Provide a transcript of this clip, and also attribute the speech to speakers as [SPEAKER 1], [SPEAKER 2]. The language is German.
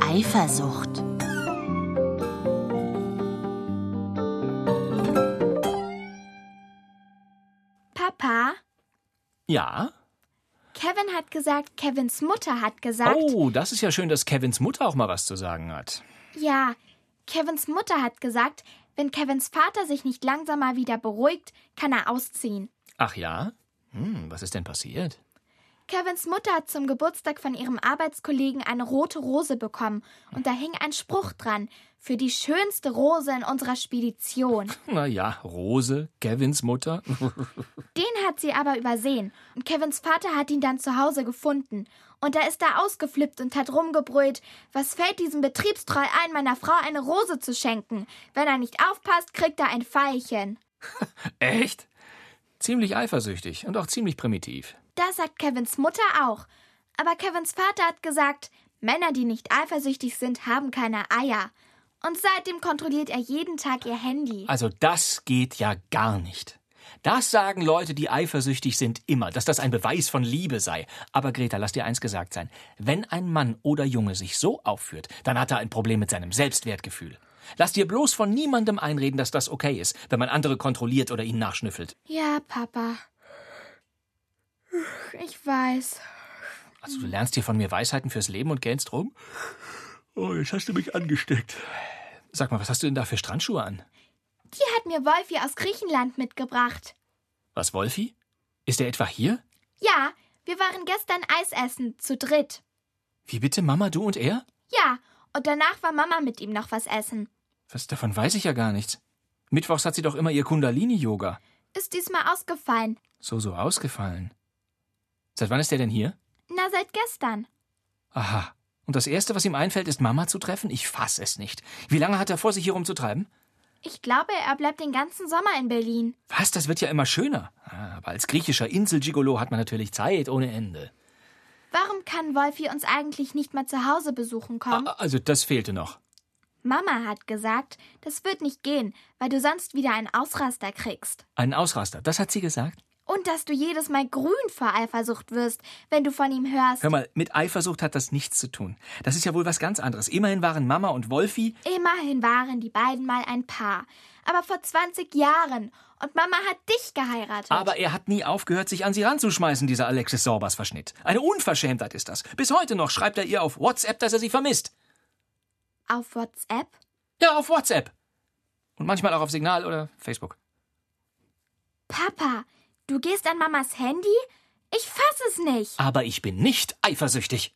[SPEAKER 1] Eifersucht.
[SPEAKER 2] Papa,
[SPEAKER 3] Ja?
[SPEAKER 2] Kevin hat gesagt, Kevins Mutter hat gesagt.
[SPEAKER 3] Oh, das ist ja schön, dass Kevins Mutter auch mal was zu sagen hat.
[SPEAKER 2] Ja, Kevins Mutter hat gesagt, wenn Kevins Vater sich nicht langsam mal wieder beruhigt, kann er ausziehen.
[SPEAKER 3] Ach ja? Hm, was ist denn passiert?
[SPEAKER 2] Kevins Mutter hat zum Geburtstag von ihrem Arbeitskollegen eine rote Rose bekommen und da hing ein Spruch dran für die schönste Rose in unserer Spedition.
[SPEAKER 3] Na ja, Rose, Kevins Mutter.
[SPEAKER 2] Den hat sie aber übersehen und Kevins Vater hat ihn dann zu Hause gefunden. Und da ist er ausgeflippt und hat rumgebrüllt, was fällt diesem Betriebstreu ein, meiner Frau eine Rose zu schenken? Wenn er nicht aufpasst, kriegt er ein Veilchen.
[SPEAKER 3] Echt? Ziemlich eifersüchtig und auch ziemlich primitiv.
[SPEAKER 2] Das sagt Kevins Mutter auch. Aber Kevins Vater hat gesagt, Männer, die nicht eifersüchtig sind, haben keine Eier. Und seitdem kontrolliert er jeden Tag ihr Handy.
[SPEAKER 3] Also das geht ja gar nicht. Das sagen Leute, die eifersüchtig sind, immer, dass das ein Beweis von Liebe sei. Aber Greta, lass dir eins gesagt sein. Wenn ein Mann oder Junge sich so aufführt, dann hat er ein Problem mit seinem Selbstwertgefühl. Lass dir bloß von niemandem einreden, dass das okay ist, wenn man andere kontrolliert oder ihnen nachschnüffelt.
[SPEAKER 2] Ja, Papa. Ich weiß.
[SPEAKER 3] Also du lernst hier von mir Weisheiten fürs Leben und gähnst rum?
[SPEAKER 4] Oh, jetzt hast du mich angesteckt.
[SPEAKER 3] Sag mal, was hast du denn da für Strandschuhe an?
[SPEAKER 2] Die hat mir Wolfi aus Griechenland mitgebracht.
[SPEAKER 3] Was, Wolfi? Ist er etwa hier?
[SPEAKER 2] Ja, wir waren gestern Eis essen, zu dritt.
[SPEAKER 3] Wie bitte, Mama, du und er?
[SPEAKER 2] Ja, und danach war Mama mit ihm noch was essen.
[SPEAKER 3] Was, davon weiß ich ja gar nichts. Mittwochs hat sie doch immer ihr Kundalini-Yoga.
[SPEAKER 2] Ist diesmal ausgefallen.
[SPEAKER 3] So, so ausgefallen. Seit wann ist er denn hier?
[SPEAKER 2] Na, seit gestern.
[SPEAKER 3] Aha. Und das Erste, was ihm einfällt, ist Mama zu treffen? Ich fass es nicht. Wie lange hat er vor, sich hier rumzutreiben?
[SPEAKER 2] Ich glaube, er bleibt den ganzen Sommer in Berlin.
[SPEAKER 3] Was, das wird ja immer schöner. Ah, aber als griechischer Inselgigolo hat man natürlich Zeit ohne Ende.
[SPEAKER 2] Warum kann Wolfi uns eigentlich nicht mal zu Hause besuchen kommen?
[SPEAKER 3] Ah, also das fehlte noch.
[SPEAKER 2] Mama hat gesagt, das wird nicht gehen, weil du sonst wieder einen Ausraster kriegst.
[SPEAKER 3] Ein Ausraster, das hat sie gesagt.
[SPEAKER 2] Und dass du jedes Mal grün vor Eifersucht wirst, wenn du von ihm hörst.
[SPEAKER 3] Hör mal, mit Eifersucht hat das nichts zu tun. Das ist ja wohl was ganz anderes. Immerhin waren Mama und Wolfi.
[SPEAKER 2] Immerhin waren die beiden mal ein Paar. Aber vor 20 Jahren. Und Mama hat dich geheiratet.
[SPEAKER 3] Aber er hat nie aufgehört, sich an sie ranzuschmeißen, dieser Alexis Sorbas Verschnitt. Eine Unverschämtheit ist das. Bis heute noch schreibt er ihr auf WhatsApp, dass er sie vermisst.
[SPEAKER 2] Auf WhatsApp?
[SPEAKER 3] Ja, auf WhatsApp. Und manchmal auch auf Signal oder Facebook.
[SPEAKER 2] Papa, du gehst an Mamas Handy? Ich fass es nicht.
[SPEAKER 3] Aber ich bin nicht eifersüchtig.